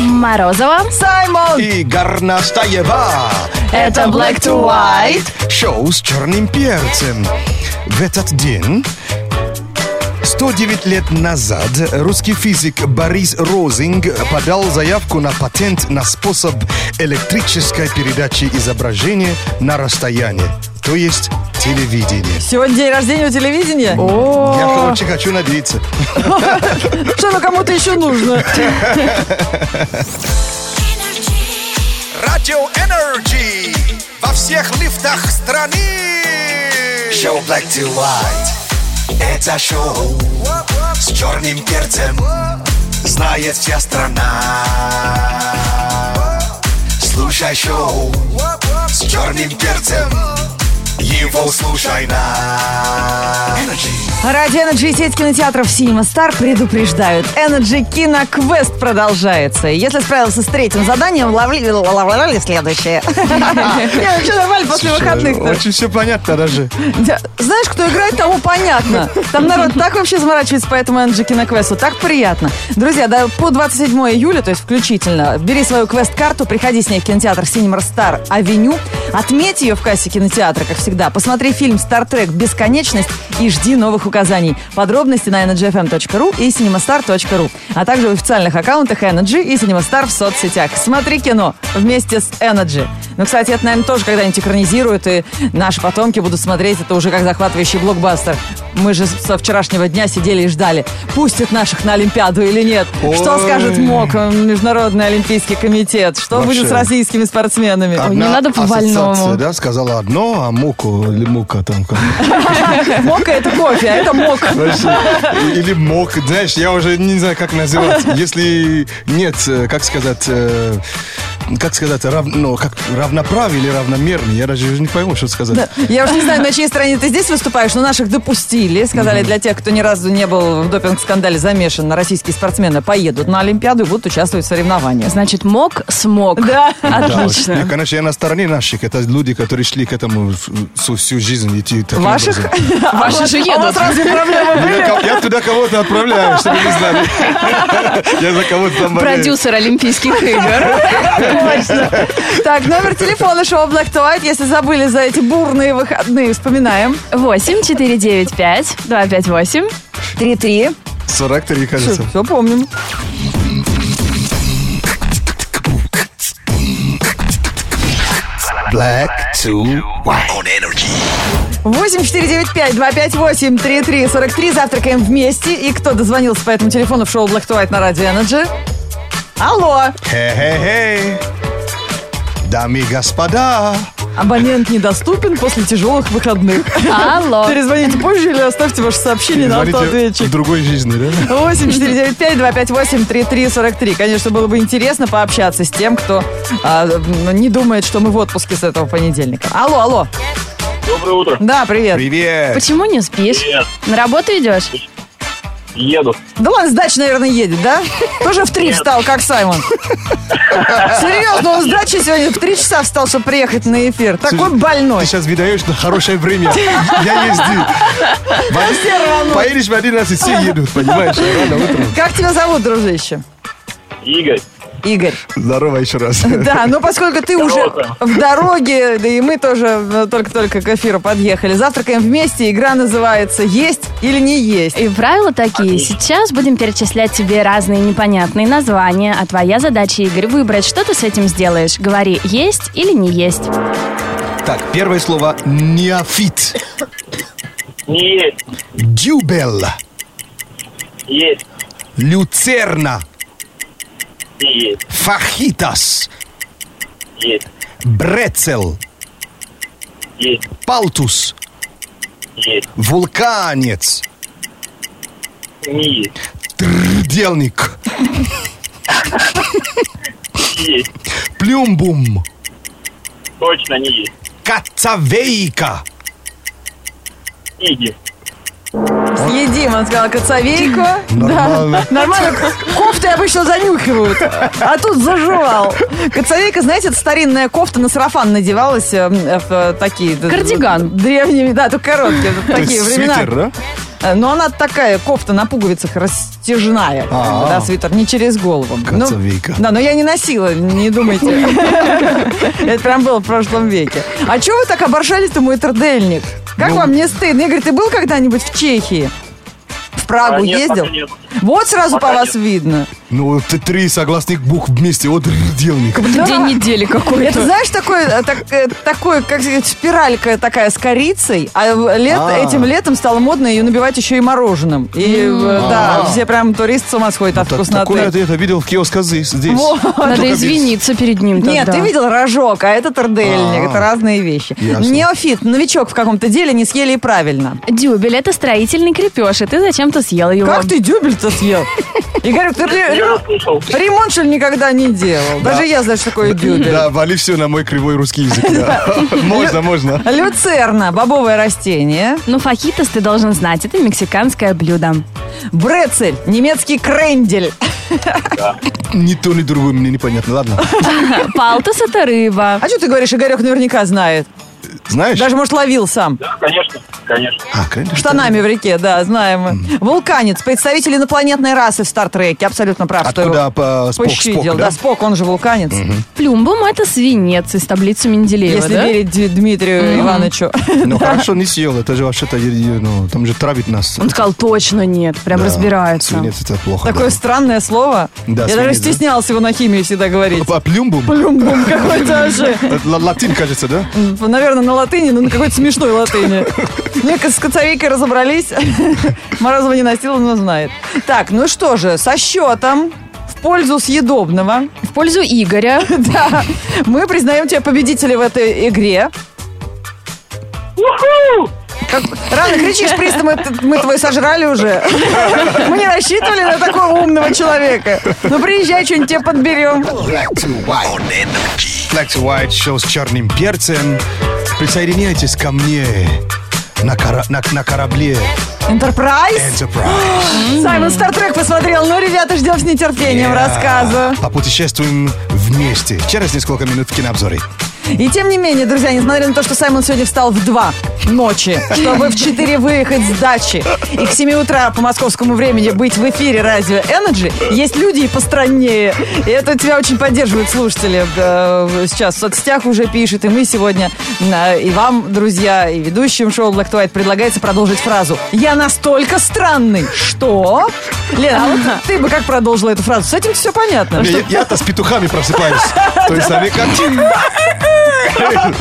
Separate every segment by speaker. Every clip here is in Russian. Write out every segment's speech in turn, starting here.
Speaker 1: Морозова.
Speaker 2: Саймон!
Speaker 3: И Горнастаева.
Speaker 1: Это Black to White.
Speaker 3: Шоу с черным перцем. В этот день 109 лет назад русский физик Борис Розинг подал заявку на патент на способ электрической передачи изображения на расстояние, то есть телевидение.
Speaker 2: Сегодня день рождения у телевидения?
Speaker 3: Я очень хочу надеяться.
Speaker 2: Что оно кому-то еще нужно?
Speaker 3: Радио Energy во всех лифтах страны. Шоу Black to White. Это шоу с черным перцем. Знает вся страна. Слушай шоу с черным перцем. Его слушай на Energy.
Speaker 2: Ради Energy и сеть кинотеатров Cinema Star предупреждают. Energy киноквест продолжается. И Если справился с третьим заданием, ловли, л- л- ловили следующее. Не, ну что нормально после выходных-то?
Speaker 3: Очень все понятно даже.
Speaker 2: Да, Знаешь, кто играет, тому понятно. Там народ так вообще заморачивается по этому Energy киноквесту. Так приятно. Друзья, да, по 27 июля, то есть включительно, бери свою квест-карту, приходи с ней в кинотеатр Cinema Star Авеню, отметь ее в кассе кинотеатра, как всегда, посмотри фильм «Стартрек. Бесконечность» и жди новых указаний. Подробности на energyfm.ru и cinemastar.ru, а также в официальных аккаунтах Energy и CinemaStar в соцсетях. Смотри кино вместе с Energy. Ну, кстати, это, наверное, тоже когда-нибудь экранизируют, и наши потомки будут смотреть это уже как захватывающий блокбастер. Мы же со вчерашнего дня сидели и ждали, пустят наших на Олимпиаду или нет. Что
Speaker 3: Ой.
Speaker 2: скажет МОК, э, Международный Олимпийский комитет? Что
Speaker 3: Вообще.
Speaker 2: будет с российскими спортсменами?
Speaker 1: не надо по-больному.
Speaker 3: ассоциация, да, сказала одно, а муку или мука там. как.
Speaker 2: МОК это кофе, а это МОК.
Speaker 3: Вообще. Или мог, знаешь, я уже не знаю, как называть. Если нет, э, как сказать, э, как сказать, рав- ну, как равноправие или равномерный, я даже не пойму, что сказать.
Speaker 2: Да. Я уже не знаю, на чьей стороне ты здесь выступаешь, но наших допустили. Сказали, для тех, кто ни разу не был в допинг-скандале замешан, российские спортсмены поедут на Олимпиаду и будут участвовать в соревнованиях.
Speaker 1: Значит, мог, смог.
Speaker 2: Да.
Speaker 3: Да,
Speaker 1: Отлично.
Speaker 3: вот. Не, конечно, я на стороне наших. Это люди, которые шли к этому всю, всю жизнь. Идти таким
Speaker 2: Ваших?
Speaker 3: образом.
Speaker 1: Ваши же
Speaker 2: А у вас
Speaker 1: едут.
Speaker 2: разве проблемы
Speaker 3: Ну,
Speaker 2: были?
Speaker 3: Я, ко- я туда кого-то отправляю, чтобы вы знали. Я за кого-то там болею.
Speaker 1: Продюсер Олимпийских игр.
Speaker 2: Точно. Так, номер телефона шоу Black to White, если забыли за эти бурные выходные, вспоминаем.
Speaker 1: 8 4 9 5 2 5 8.
Speaker 2: 3-3.
Speaker 3: 43, кажется.
Speaker 2: Все помним.
Speaker 3: Black to white.
Speaker 2: 8495-258-3343. Завтракаем вместе. И кто дозвонился по этому телефону в шоу Black to White на Радио Energy? Алло!
Speaker 3: Хе-хе-хей. Дамы и господа,
Speaker 2: Абонент недоступен после тяжелых выходных.
Speaker 1: Алло.
Speaker 2: Перезвоните позже или оставьте ваше сообщение на
Speaker 3: Звоните
Speaker 2: автоответчик.
Speaker 3: в другой жизни, да?
Speaker 2: 8495-258-3343. Конечно, было бы интересно пообщаться с тем, кто а, м, не думает, что мы в отпуске с этого понедельника. Алло, алло.
Speaker 4: Доброе утро.
Speaker 2: Да, привет.
Speaker 3: Привет!
Speaker 1: Почему не спишь?
Speaker 4: Привет.
Speaker 1: На работу идешь?
Speaker 4: Еду.
Speaker 2: Да ладно, с дачи, наверное, едет, да? Тоже в три встал, как Саймон. Серьезно, он с дачи сегодня в три часа встал, чтобы приехать на эфир. Такой
Speaker 3: Слушай,
Speaker 2: больной.
Speaker 3: Ты сейчас выдаешь на хорошее время. Я езди. В один- Поедешь в 11, все едут, понимаешь? А Рано утром.
Speaker 2: Как тебя зовут, дружище?
Speaker 4: Игорь.
Speaker 2: Игорь.
Speaker 3: Здорово еще раз.
Speaker 2: Да, но поскольку ты уже
Speaker 4: Здорово.
Speaker 2: в дороге, да и мы тоже э, только-только к эфиру подъехали, завтракаем вместе, игра называется «Есть или не есть».
Speaker 1: И правила такие. Сейчас будем перечислять тебе разные непонятные названия, а твоя задача, Игорь, выбрать, что ты с этим сделаешь. Говори, есть или не есть.
Speaker 3: Так, первое слово неофит.
Speaker 4: Не есть.
Speaker 3: Дюбел.
Speaker 4: Есть.
Speaker 3: Люцерна.
Speaker 4: Не есть.
Speaker 3: Фахитас.
Speaker 4: Есть.
Speaker 3: Брецел.
Speaker 4: Есть.
Speaker 3: Палтус.
Speaker 4: Есть.
Speaker 3: Вулканец.
Speaker 4: Не есть.
Speaker 3: Трдельник.
Speaker 4: Есть.
Speaker 3: Плюмбум.
Speaker 4: Точно не есть.
Speaker 3: Кацавейка.
Speaker 4: Иди.
Speaker 2: Съедим, он сказал, коцовейку.
Speaker 3: Нормально.
Speaker 2: Нормально, кофты обычно занюхивают, а тут заживал. Коцовейка, знаете, это старинная кофта на сарафан надевалась э, м, э, в э, такие...
Speaker 1: Кардиган.
Speaker 2: Древними, да, только короткие, в
Speaker 3: То
Speaker 2: такие
Speaker 3: есть
Speaker 2: времена.
Speaker 3: свитер, да?
Speaker 2: Э, Но она такая кофта на пуговицах расстежная, как бы,
Speaker 3: А-а.
Speaker 2: да, свитер, не через голову. Ну,
Speaker 3: Концевейка.
Speaker 2: Да, но я не носила, не думайте. Это прям было в прошлом веке. А чего вы так оборжали-то мой трудельник? Как
Speaker 3: Ну-
Speaker 2: вам не стыдно? Игорь, ты был когда-нибудь в Чехии? В Прагу
Speaker 4: А, нет,
Speaker 2: ездил?
Speaker 4: пока нет.
Speaker 2: Вот сразу по
Speaker 4: Пока
Speaker 2: вас видно.
Speaker 3: Ну, т- три согласных букв вместе. Вот делник.
Speaker 2: Да.
Speaker 1: День недели
Speaker 2: Это,
Speaker 1: какой-то.
Speaker 2: знаешь, такой, э, так, э, такой, как сказать, спиралька такая с корицей, а в- лет,
Speaker 3: А.
Speaker 2: этим летом стало модно ее набивать еще и мороженым. И, э, да,
Speaker 3: А.
Speaker 2: все прям туристы с ума сходят от
Speaker 3: Так-
Speaker 2: вкусноты.
Speaker 3: Такое это, это видел в киоске здесь. здесь.
Speaker 1: Надо извиниться перед ним
Speaker 2: Нет,
Speaker 1: тогда.
Speaker 2: ты видел рожок, а это тордельник.
Speaker 3: А.
Speaker 2: Это разные вещи.
Speaker 3: Ясно.
Speaker 2: Неофит, новичок в каком-то деле, не съели и правильно.
Speaker 1: Дюбель, это строительный крепеж, и ты зачем-то съел его.
Speaker 2: Как ты дюбель-то съел? Игорек, ты ре- ре-
Speaker 4: Я расслышал.
Speaker 2: ремонт что ли никогда не делал? Даже я знаю, что такое дюбель.
Speaker 3: Да, вали все на мой кривой русский язык. да. Можно, можно.
Speaker 2: Люцерна, бобовое растение.
Speaker 1: Ну, фахитос ты должен знать, это мексиканское блюдо.
Speaker 2: Брецель, немецкий крендель.
Speaker 3: Ни то, ни другое мне непонятно. Ладно.
Speaker 1: Палтус – это рыба.
Speaker 2: А что ты говоришь, Игорек наверняка знает.
Speaker 3: Знаешь?
Speaker 2: Даже, может, ловил сам.
Speaker 4: Да, конечно, конечно.
Speaker 3: А, конечно.
Speaker 2: Штанами в реке, да, знаем мы. Вулканец, представитель инопланетной расы в Стартреке, абсолютно прав. что
Speaker 3: А Откуда
Speaker 2: его
Speaker 3: по- Спок,
Speaker 2: пощадил.
Speaker 3: Спок,
Speaker 2: да?
Speaker 3: да?
Speaker 2: Спок, он же вулканец.
Speaker 1: Плюмбум – это свинец из таблицы Менделеева,
Speaker 2: Если
Speaker 1: да?
Speaker 2: верить Д- Дмитрию Ивановичу.
Speaker 3: Ну, хорошо, не съел. Это же вообще-то, э, ну, там же травит нас.
Speaker 1: Он сказал, точно нет, прям
Speaker 3: Да.
Speaker 1: разбирается.
Speaker 3: Свинец это плохо.
Speaker 2: Такое
Speaker 3: да.
Speaker 2: странное слово.
Speaker 3: Да,
Speaker 2: Я даже
Speaker 3: свинец, да.
Speaker 2: стеснялась его на химии всегда говорить.
Speaker 3: А плюмбум?
Speaker 2: Плюмбум какой-то вообще.
Speaker 3: Это л- Латин, кажется, да?
Speaker 2: Наверное, на латыни, но на какой-то смешной латыни. Ну, как с коцовейкой разобрались. Морозова не носила, но знает. Так, ну что же, со счетом в пользу съедобного.
Speaker 1: В пользу Игоря.
Speaker 2: Да, мы признаем тебя победителем в этой игре. Как- рано кричишь, приста, мы, мы твой сожрали уже. Мы не рассчитывали на такого умного человека. Ну, приезжай, что-нибудь тебе подберем.
Speaker 3: Black to white. Black to white шоу с черным перцем. Присоединяйтесь ко мне на, кора- на- на корабле
Speaker 2: Enterprise?
Speaker 3: Enterprise.
Speaker 2: Саймон Стартрек посмотрел. Ну, ребята, ждем с нетерпением рассказа.
Speaker 3: Попутешествуем А вместе. Через несколько минут в кинообзоре.
Speaker 2: И тем не менее, друзья, несмотря на то, что Саймон сегодня встал в 2 ночи, чтобы в 4 выехать с дачи и к 7 утра по московскому времени быть в эфире радио Energy, есть люди и постраннее. И это тебя очень поддерживают слушатели. Э, Сейчас в соцсетях уже пишет, и мы сегодня э, и вам, друзья, и ведущим шоу Black to White предлагается продолжить фразу «Я настолько странный, что...» Лена, а вот ты бы как продолжила эту фразу? С этим все понятно.
Speaker 3: Не, я- Я-то с петухами просыпаюсь. То есть они как...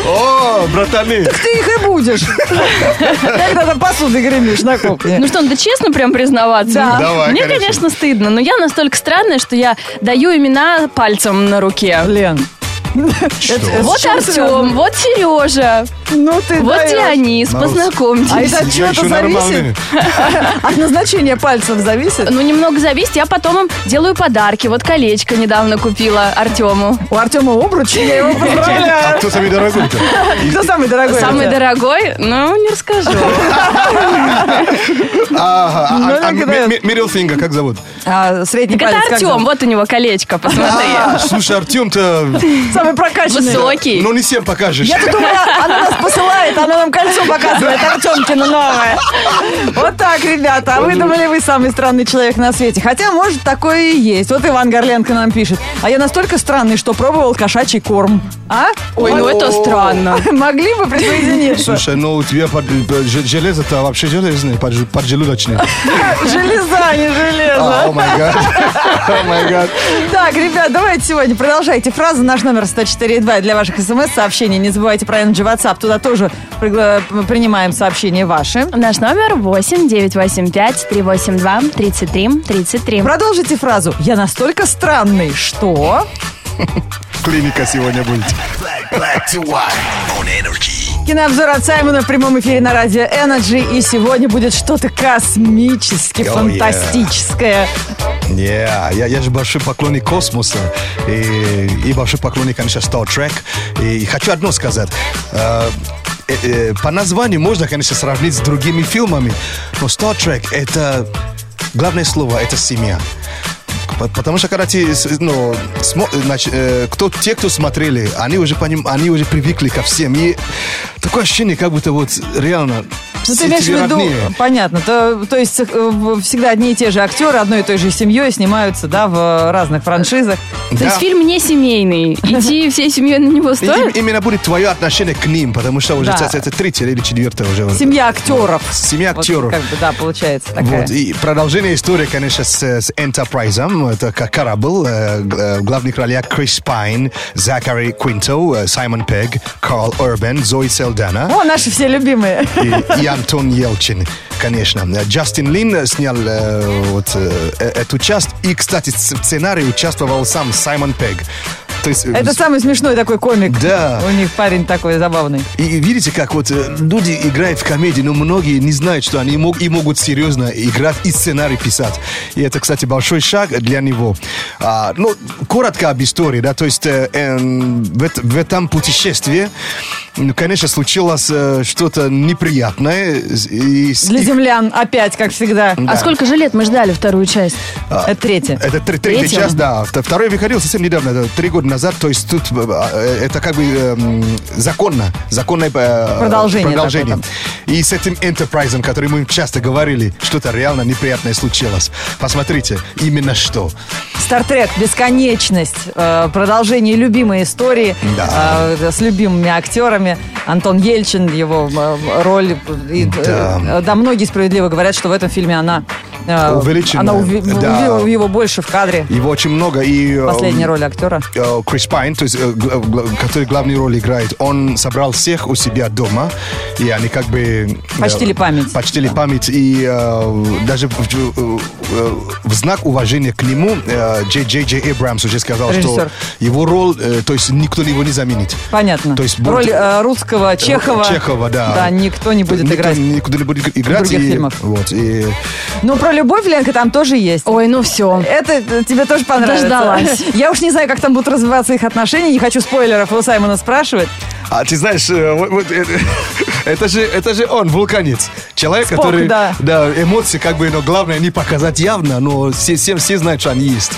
Speaker 3: О, братаны.
Speaker 2: ты их и будешь. Когда там посуды гремишь на кухне.
Speaker 1: Ну что, надо честно прям признаваться?
Speaker 2: Да.
Speaker 3: Давай,
Speaker 1: Мне,
Speaker 3: конечно.
Speaker 1: конечно, стыдно, но я настолько странная, что я даю имена пальцем на руке.
Speaker 2: Лен.
Speaker 3: Что?
Speaker 2: это-
Speaker 1: Вот
Speaker 2: С чем
Speaker 1: Артем,
Speaker 2: связано?
Speaker 1: вот Сережа,
Speaker 2: Ну ты
Speaker 1: вот
Speaker 2: даешь.
Speaker 1: Дионис,
Speaker 3: Народ.
Speaker 1: познакомьтесь.
Speaker 2: А это от
Speaker 3: Я
Speaker 2: чего
Speaker 3: еще
Speaker 2: это
Speaker 3: нормальный.
Speaker 2: зависит? От назначения пальцев зависит?
Speaker 1: Ну, немного зависит, я потом им делаю подарки. Вот колечко недавно купила Артему.
Speaker 2: У Артема обруч, я его
Speaker 3: А
Speaker 2: поздравляю.
Speaker 3: кто самый дорогой-то?
Speaker 2: Кто самый дорогой? Э,
Speaker 1: Самый
Speaker 2: Лен?
Speaker 1: дорогой? Ну, не расскажу.
Speaker 3: Ага, а-
Speaker 2: Ну,
Speaker 3: а- а
Speaker 2: так,
Speaker 3: Ми-
Speaker 2: да.
Speaker 3: Ми- Миддлфингер, как зовут?
Speaker 2: А, Средний
Speaker 1: Так это
Speaker 2: палец как
Speaker 1: Артем,
Speaker 2: зовут?
Speaker 1: вот у него колечко, посмотри.
Speaker 3: А, Слушай, Артем-то,
Speaker 2: Самый прокачанный.
Speaker 1: Высокий.
Speaker 3: ну не всем покажешь.
Speaker 2: Я тут думала, она нас посылает, она нам кольцо показывает, Артемкина новое. Вот так, ребята, а вы думали, вы самый странный человек на свете. Хотя, может, такое и есть. Вот Иван Горленко нам пишет. А я настолько странный, что пробовал кошачий корм. А?
Speaker 1: Ой, ну это странно.
Speaker 2: Могли бы присоединиться.
Speaker 3: Слушай, ну у тебя под- э, же- железо-то вообще железное, под- поджелудочное.
Speaker 2: Железа, не
Speaker 3: А, О
Speaker 2: железо.
Speaker 3: май гад. О май гад.
Speaker 2: Так, ребят, давайте сегодня продолжайте фразы. Наш номер 104.2 для ваших смс-сообщений. Не забывайте про NG WhatsApp. Туда тоже пригла- принимаем сообщения ваши.
Speaker 1: Наш номер 8 985 382 33 33.
Speaker 2: Продолжите фразу. Я настолько странный, что...
Speaker 3: Клиника сегодня будет.
Speaker 2: Кинообзор от Саймона в прямом эфире на радио Energy. И сегодня будет что-то космически
Speaker 3: Oh,
Speaker 2: фантастическое.
Speaker 3: Yeah, я, я же большой поклонник космоса eh, и, и большой поклонник, конечно, Star Trek. И хочу одно сказать. Э, э, э, по названию можно, конечно, сравнить с другими фильмами, но Star Trek это главное слово, это семья. По- Потому что когда ты, с- ну, смо- нач- э, кто, те, кто смотрели, они уже, поним, они уже привыкли ко всем. И такое ощущение, как будто вот реально
Speaker 2: Ну, ты имеешь в
Speaker 3: тебе
Speaker 2: виду,
Speaker 3: родные.
Speaker 2: понятно, то, то есть э, в- всегда одни и те же актеры одной и той же семьей снимаются, да, в э, разных франшизах.
Speaker 1: То
Speaker 3: Да.
Speaker 1: есть фильм не семейный. Идти всей семьей на него
Speaker 3: И-
Speaker 1: стоит?
Speaker 3: Именно будет твое отношение к ним, потому что уже
Speaker 2: Да.
Speaker 3: это, это третье или четвертое уже.
Speaker 2: Семья актеров.
Speaker 3: Семья
Speaker 2: Вот
Speaker 3: актеров.
Speaker 2: как бы, да, получается такая.
Speaker 3: Вот, и продолжение истории, конечно, с, с Enterprise. Это как корабль. э, г- э, в главных ролях Крис Пайн, Закари Квинто, э, Саймон Пегг, Карл Урбан, Зои Селдана
Speaker 2: О, наши все любимые.
Speaker 3: и, и Антон Елчин, конечно. Э, Джастин Лин э, снял э, вот, э, э, эту часть. И, кстати, с- в сценарии участвовал сам Саймон Пегг. То есть, э,
Speaker 2: Это самый смешной такой комик.
Speaker 3: Да.
Speaker 2: У них парень такой забавный.
Speaker 3: И и видите, как вот э, люди играют в комедии, но многие не знают, что они мог, и могут серьезно играть и сценарий писать. И это, кстати, большой шаг для него. А, ну, коротко об истории, да, то есть э, эм, в, эт- в этом путешествии, ну, конечно, случилось э, что-то неприятное. И, с-
Speaker 2: Для
Speaker 3: и-
Speaker 2: землян опять, как всегда.
Speaker 1: А сколько же лет мы ждали вторую часть?
Speaker 2: Это третье.
Speaker 3: А. Это тр- третий
Speaker 1: Третьего?
Speaker 3: час, да. Вт- Второй выходил совсем недавно, это три года назад. То есть тут э, э, это как бы эм, законно, законное э,
Speaker 2: Продолжение
Speaker 3: продолжение.
Speaker 2: такое
Speaker 3: И с этим Enterprise, который мы часто говорили, что-то реально неприятное случилось. Посмотрите, именно что.
Speaker 2: Стартрек, бесконечность, э, продолжение любимой истории
Speaker 3: Да.
Speaker 2: э, с любимыми актерами. Антон Ельчин, его э, роль. и, э,
Speaker 3: Да.
Speaker 2: э, да, многие справедливо говорят, что в этом фильме она... э,
Speaker 3: Увеличенная,
Speaker 2: Она уви-
Speaker 3: да.
Speaker 2: увидела его больше в кадре.
Speaker 3: Его очень много. И, э,
Speaker 2: Последняя роль актера.
Speaker 3: э, Крис Пайн, то есть, э, гла- гла- который главную роль играет, он собрал всех у себя дома, и они как бы... э,
Speaker 2: Почтили память.
Speaker 3: Почтили память, и э, даже в, в- э, в знак уважения к нему э, Джей Джей Джей Эбрамс уже сказал,
Speaker 2: Режиссер.
Speaker 3: что его роль, э, то есть никто его не заменит.
Speaker 2: Понятно.
Speaker 3: То есть будет-
Speaker 2: роль э, русского, Чехова.
Speaker 3: Чехова, да.
Speaker 2: Да, никто не будет
Speaker 3: Никто
Speaker 2: играть.
Speaker 3: Никуда не будет играть.
Speaker 2: других
Speaker 3: и-
Speaker 2: фильмах.
Speaker 3: Вот, и
Speaker 2: Но про любовь, Ленка, там тоже есть.
Speaker 1: Ой, ну все.
Speaker 2: Это э, тебе тоже понравится.
Speaker 1: Дождалась.
Speaker 2: Я уж не знаю, как там будут развиваться их отношения. Не хочу спойлеров у Саймона спрашивать.
Speaker 3: А ты знаешь, э, вот- вот это, это же, это же он, вулканец. Человек,
Speaker 2: Спок,
Speaker 3: который...
Speaker 2: да.
Speaker 3: эмоции как бы, но главное не показать явно, но все, все, все знают, что они есть.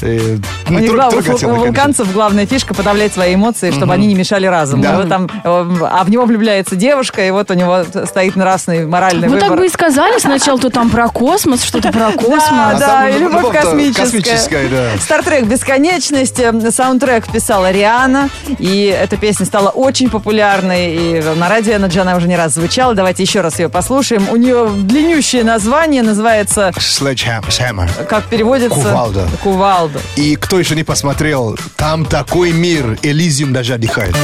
Speaker 3: Э,
Speaker 2: У
Speaker 3: ну,
Speaker 2: них
Speaker 3: трог-
Speaker 2: глав-
Speaker 3: трогательно,
Speaker 2: у
Speaker 3: конечно.
Speaker 2: вулканцев главная фишка подавлять свои эмоции, чтобы они не мешали разуму.
Speaker 3: Да.
Speaker 2: Вот там, э, а в него влюбляется девушка, и вот у него стоит нравственный моральный
Speaker 1: Вы
Speaker 2: выбор.
Speaker 1: так бы и сказали сначала, то там про космос, что-то про
Speaker 2: Да,
Speaker 1: космос.
Speaker 3: А
Speaker 2: да,
Speaker 3: там
Speaker 2: и любовь
Speaker 3: любовь-то
Speaker 2: космическая.
Speaker 3: космическая, да.
Speaker 2: Стартрек «Бесконечность», э, саундтрек писала Риана, и эта песня стала очень популярной, и на радио Energy она уже не раз звучала. Давайте еще раз ее послушаем. У нее длиннющее название, называется,
Speaker 3: Sledgehammer.
Speaker 2: как переводится?
Speaker 3: Кувалда.
Speaker 2: Кувалда.
Speaker 3: И кто еще не посмотрел, там такой мир, Элизиум даже отдыхает.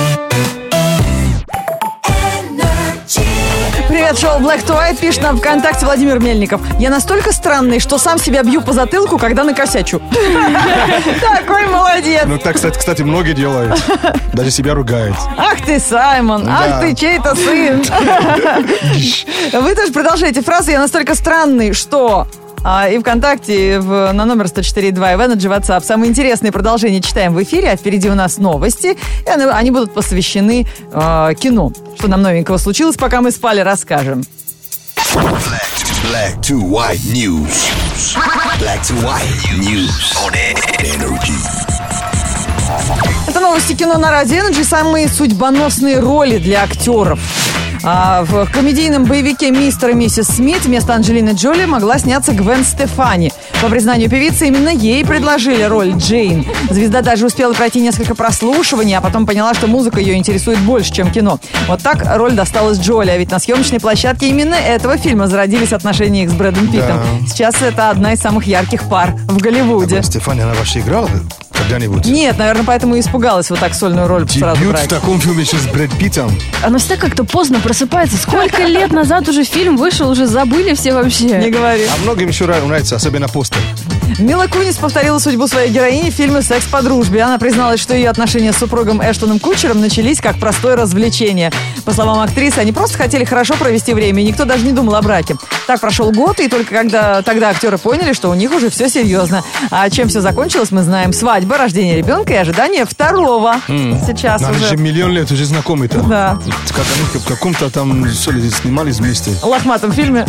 Speaker 2: Привет, шоу Black to White пишет нам ВКонтакте Владимир Мельников. Я настолько странный, что сам себя бью по затылку, когда накосячу. Такой молодец.
Speaker 3: Ну так, кстати, кстати, многие делают. Даже себя ругают.
Speaker 2: Ах ты, Саймон,
Speaker 3: Ну Да.
Speaker 2: ах ты чей-то сын. Вы тоже продолжаете фразу «Я настолько странный, что...» А, и ВКонтакте и в- на номер 104.2 и в Energy WhatsApp. Самые интересные продолжения читаем в эфире, а впереди у нас новости. И они, они будут посвящены э, кино. Что нам новенького случилось, пока мы спали, расскажем.
Speaker 5: Black to white news. Black to white news on energy.
Speaker 2: Это новости кино на Радио Energy. Самые судьбоносные роли для актеров. А, в комедийном боевике «Мистер и миссис Смит» вместо Анджелины Джоли могла сняться Гвен Стефани. По признанию певицы, именно ей предложили роль Джейн. Звезда даже успела пройти несколько прослушиваний, а потом поняла, что музыка ее интересует больше, чем кино. Вот так роль досталась Джоли, а ведь на съемочной площадке именно этого фильма зародились отношения их с Брэдом Питтом.
Speaker 3: Да.
Speaker 2: Сейчас это одна из самых ярких пар в Голливуде.
Speaker 3: Стефания, она вообще играла когда-нибудь?
Speaker 2: Нет, наверное, поэтому и испугалась вот так сольную роль сразу
Speaker 3: Дебют в
Speaker 2: брать.
Speaker 3: таком фильме еще с Брэд Питтом.
Speaker 1: Она всегда как-то поздно просыпается. Сколько лет назад уже фильм вышел, уже забыли все
Speaker 2: Не
Speaker 1: вообще.
Speaker 2: говори.
Speaker 3: А многим еще нравится, особенно после.
Speaker 2: Мила Кунис повторила судьбу своей героини в фильме «Секс по дружбе». Она призналась, что ее отношения с супругом Эштоном Кучером начались как простое развлечение. По словам актрисы, они просто хотели хорошо провести время, и никто даже не думал о браке. Так прошел год, и только когда тогда актеры поняли, что у них уже все серьезно. А чем все закончилось, мы знаем. Свадьба, рождение ребенка и ожидание второго. Сейчас
Speaker 3: Нам
Speaker 2: уже.
Speaker 3: же миллион лет уже знакомы там.
Speaker 2: Да.
Speaker 3: Как они в каком-то там что ли, снимались вместе.
Speaker 2: лохматом фильме.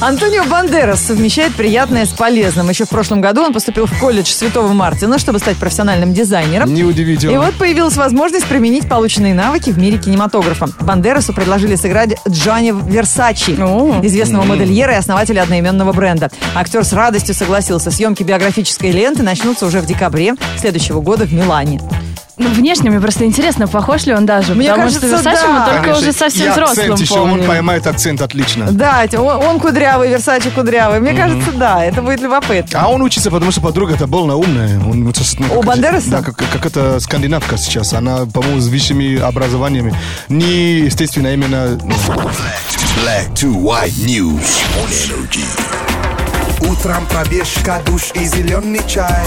Speaker 2: Антонио Бандерас совмещает приятное с полезным. И Еще в прошлом году он поступил в колледж Святого Мартина, чтобы стать профессиональным дизайнером. И
Speaker 3: Неудивительно.
Speaker 2: вот появилась возможность применить полученные навыки в мире кинематографа. Бандерасу предложили сыграть Джани Версачи,
Speaker 1: О.
Speaker 2: известного модельера и основателя одноименного бренда. Актер с радостью согласился. Съемки биографической ленты начнутся уже в декабре следующего года в Милане.
Speaker 1: Ну, внешне мне просто интересно, похож ли он даже.
Speaker 2: Мне
Speaker 1: потому что
Speaker 2: кажется,
Speaker 1: Версачи мы
Speaker 2: да.
Speaker 1: только
Speaker 3: Конечно,
Speaker 1: уже совсем
Speaker 3: и
Speaker 1: взрослым
Speaker 3: акцент еще, он
Speaker 1: помним.
Speaker 3: поймает акцент отлично.
Speaker 2: Да, это он, он кудрявый, Версачи кудрявый. Мне кажется, да, это будет любопытно.
Speaker 3: А он учится, потому что подруга-то была умная. Он вот сейчас, ну, как-
Speaker 2: Бандераса?
Speaker 3: Да, как, как это скандинавка сейчас. Она, по-моему, с высшими образованиями. Не, естественно, а именно... ну,
Speaker 5: Black to white news on energy.
Speaker 6: Утром пробежка, душ и зеленый чай.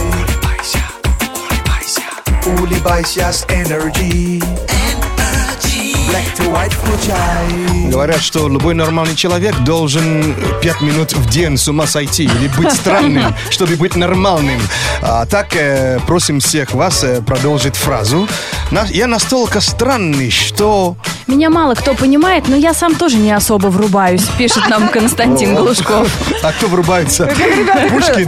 Speaker 6: Улыбайся с Energy. Black to white включай.
Speaker 3: Говорят, что любой нормальный человек должен 5 минут в день с ума сойти или быть странным, чтобы быть нормальным. А так э, просим всех вас э, продолжить фразу. На- я настолько странный, что...
Speaker 1: Меня мало кто понимает, но я сам тоже не особо врубаюсь, пишет нам Константин Глушков.
Speaker 3: А кто врубается? Пушкин.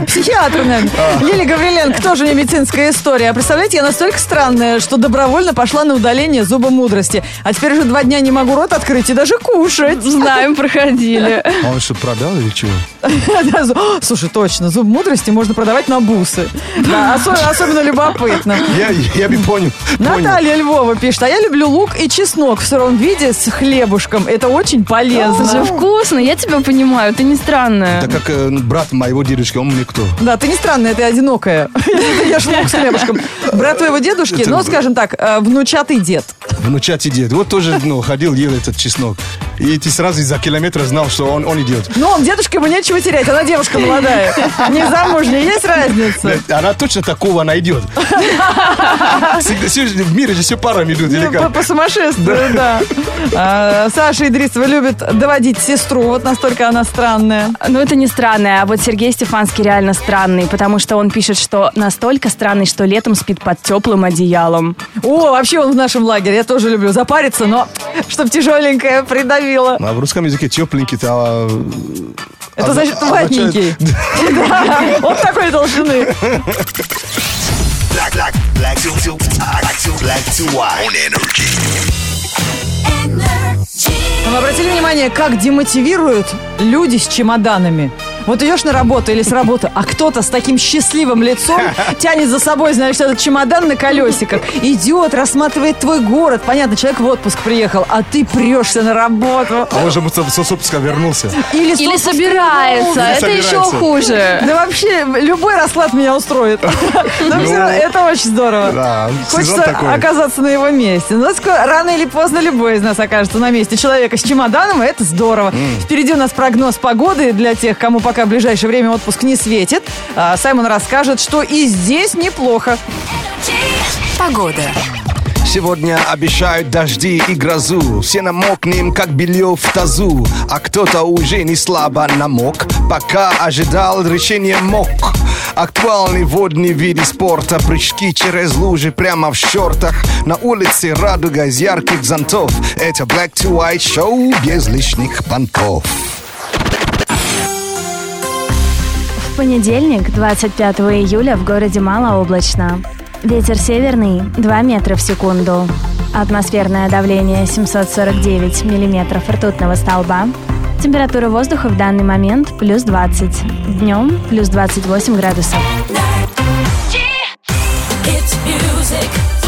Speaker 3: А.
Speaker 2: Психиатр, наверное. Лили Гавриленко, тоже не медицинская история. А представляете, я настолько странная, что добровольно пошла на удаление зуба мудрости. А теперь уже два дня не могу рот открыть и даже кушать.
Speaker 1: Знаем, проходили.
Speaker 3: А он что, продал или чего?
Speaker 2: Да, зу- О, Слушай, точно, зуб мудрости можно продавать на бусы. Да, осо- особенно любопытно.
Speaker 3: Я, я бы понял. понял.
Speaker 2: Наталья Львова пишет, а я люблю лук и чеснок в сыром виде с хлебушком. Это очень
Speaker 1: Слушай,
Speaker 2: полезно.
Speaker 1: вкусно, я тебя понимаю, ты не странная.
Speaker 3: Так как э, брат моего дедушки, он мне кто?
Speaker 2: Да, ты не странная, ты одинокая. Я ж лук с хлебушком. Брат твоего дедушки,
Speaker 3: Это-
Speaker 2: ну, скажем так, э, внучатый дед.
Speaker 3: Внучатый дед. Вот тоже ну, ходил, ел этот чеснок. И ты сразу за километра знал, что он, он идет.
Speaker 2: Ну, он дедушка, ему нечего терять, она девушка молодая. Не замужняя, есть разница?
Speaker 3: Она точно такого найдет. Всегда- всё- В мире же все парами идут, или
Speaker 2: Ну, По,
Speaker 3: как?
Speaker 2: по сумасшествию, да. А, Саша Идрисова любит доводить сестру, вот настолько она странная.
Speaker 1: Ну, это не странное, а вот Сергей Стефанский реально странный, потому что он пишет, что настолько странный, что летом спит под теплым одеялом.
Speaker 2: О, вообще он в нашем лагере, я тоже люблю запариться, но чтоб тяжеленькое придавило.
Speaker 3: А в русском языке тепленький-то... а,
Speaker 2: Это значит
Speaker 3: означает-
Speaker 2: ватненький. Да, вот такой должны.
Speaker 5: Black, black, black to, to, black to, black to white on energy.
Speaker 2: Вы обратили внимание, как демотивируют люди с чемоданами? Вот идешь на работу или с работы, а кто-то с таким счастливым лицом тянет за собой, знаешь, этот чемодан на колесиках. Идет, рассматривает твой город. Понятно, человек в отпуск приехал, а ты прешься на работу.
Speaker 3: А он же с с отпуска вернулся.
Speaker 2: Или, с
Speaker 1: Или
Speaker 2: отпуска
Speaker 1: собирается,
Speaker 2: вернулся.
Speaker 1: это еще
Speaker 3: собирается.
Speaker 1: хуже.
Speaker 3: Ну,
Speaker 2: Да вообще, любой расклад меня устроит. Но все равно это очень здорово.
Speaker 3: Ну, Да, сезон
Speaker 2: Хочется
Speaker 3: такой.
Speaker 2: оказаться на его месте. Но ск- рано или поздно любой из нас окажется на месте человека с чемоданом, и это здорово. Впереди у нас прогноз погоды для тех, кому пока в ближайшее время отпуск не светит. А, Саймон расскажет, что и здесь неплохо.
Speaker 3: Сегодня обещают дожди и грозу. Все намокнем, как белье в тазу. А кто-то уже не слабо намок, пока ожидал решения мок. Актуальный водный вид спорта, прыжки через лужи прямо в шортах. На улице радуга из ярких зонтов. Это Black to White шоу без лишних понтов.
Speaker 1: В понедельник, 25 июля, в городе Малооблачно. Ветер северный 2 метра в секунду. Атмосферное давление 749 миллиметров ртутного столба. Температура воздуха в данный момент плюс 20. Днем плюс 28 градусов.
Speaker 7: It's music.